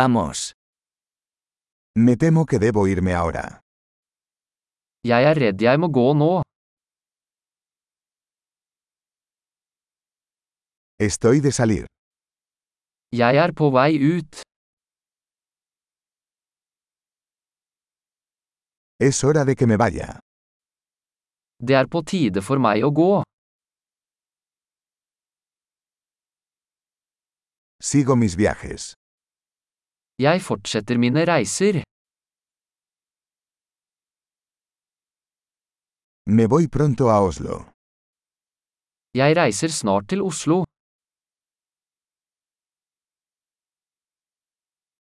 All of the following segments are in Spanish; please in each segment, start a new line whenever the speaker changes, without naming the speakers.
Vamos.
Me temo que debo irme ahora.
Jeg er redd jeg må gå nå.
Estoy de salir.
Jeg er på vei ut.
Es hora de que me vaya.
Det er på tide for meg å gå.
Sigo mis viajes.
Jeg fortsetter mine reiser.
Me voy pronto a Oslo.
Jeg reiser snart til Oslo.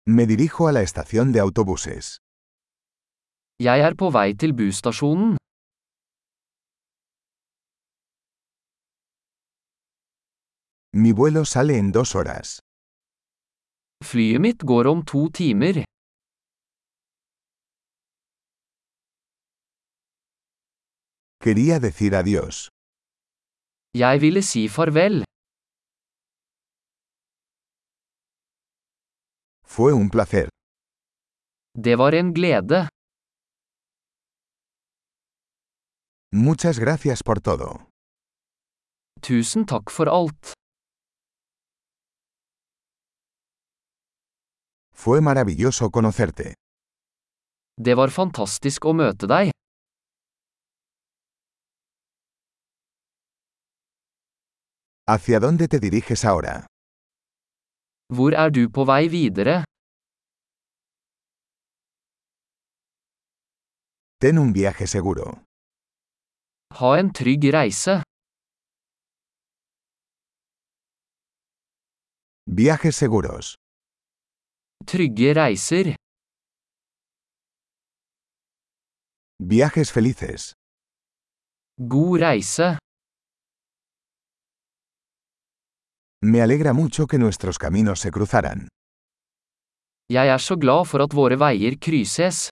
Me dirijo a la estación de autobuses.
Jeg er på vei til busstasjonen.
Mi vuelo sale en dos horas.
Flyet mitt går om to timer.
Quería decir adiós.
Jeg ville si farvel.
Fue un placer.
Det var en glede.
Muchas gracias por todo.
Tusen takk for alt.
Fue maravilloso conocerte.
Det var fantastisk å møte deg.
¿Hacia dónde te diriges ahora?
Hvor er du på vei videre?
Ten un viaje seguro.
Ha en trygg reise.
Viajes seguros.
Trygge reiser.
Viajes felices.
God reise.
Me alegra mucho que nuestros caminos se cruzaran.
Jeg er så glad for at våre veier krysses.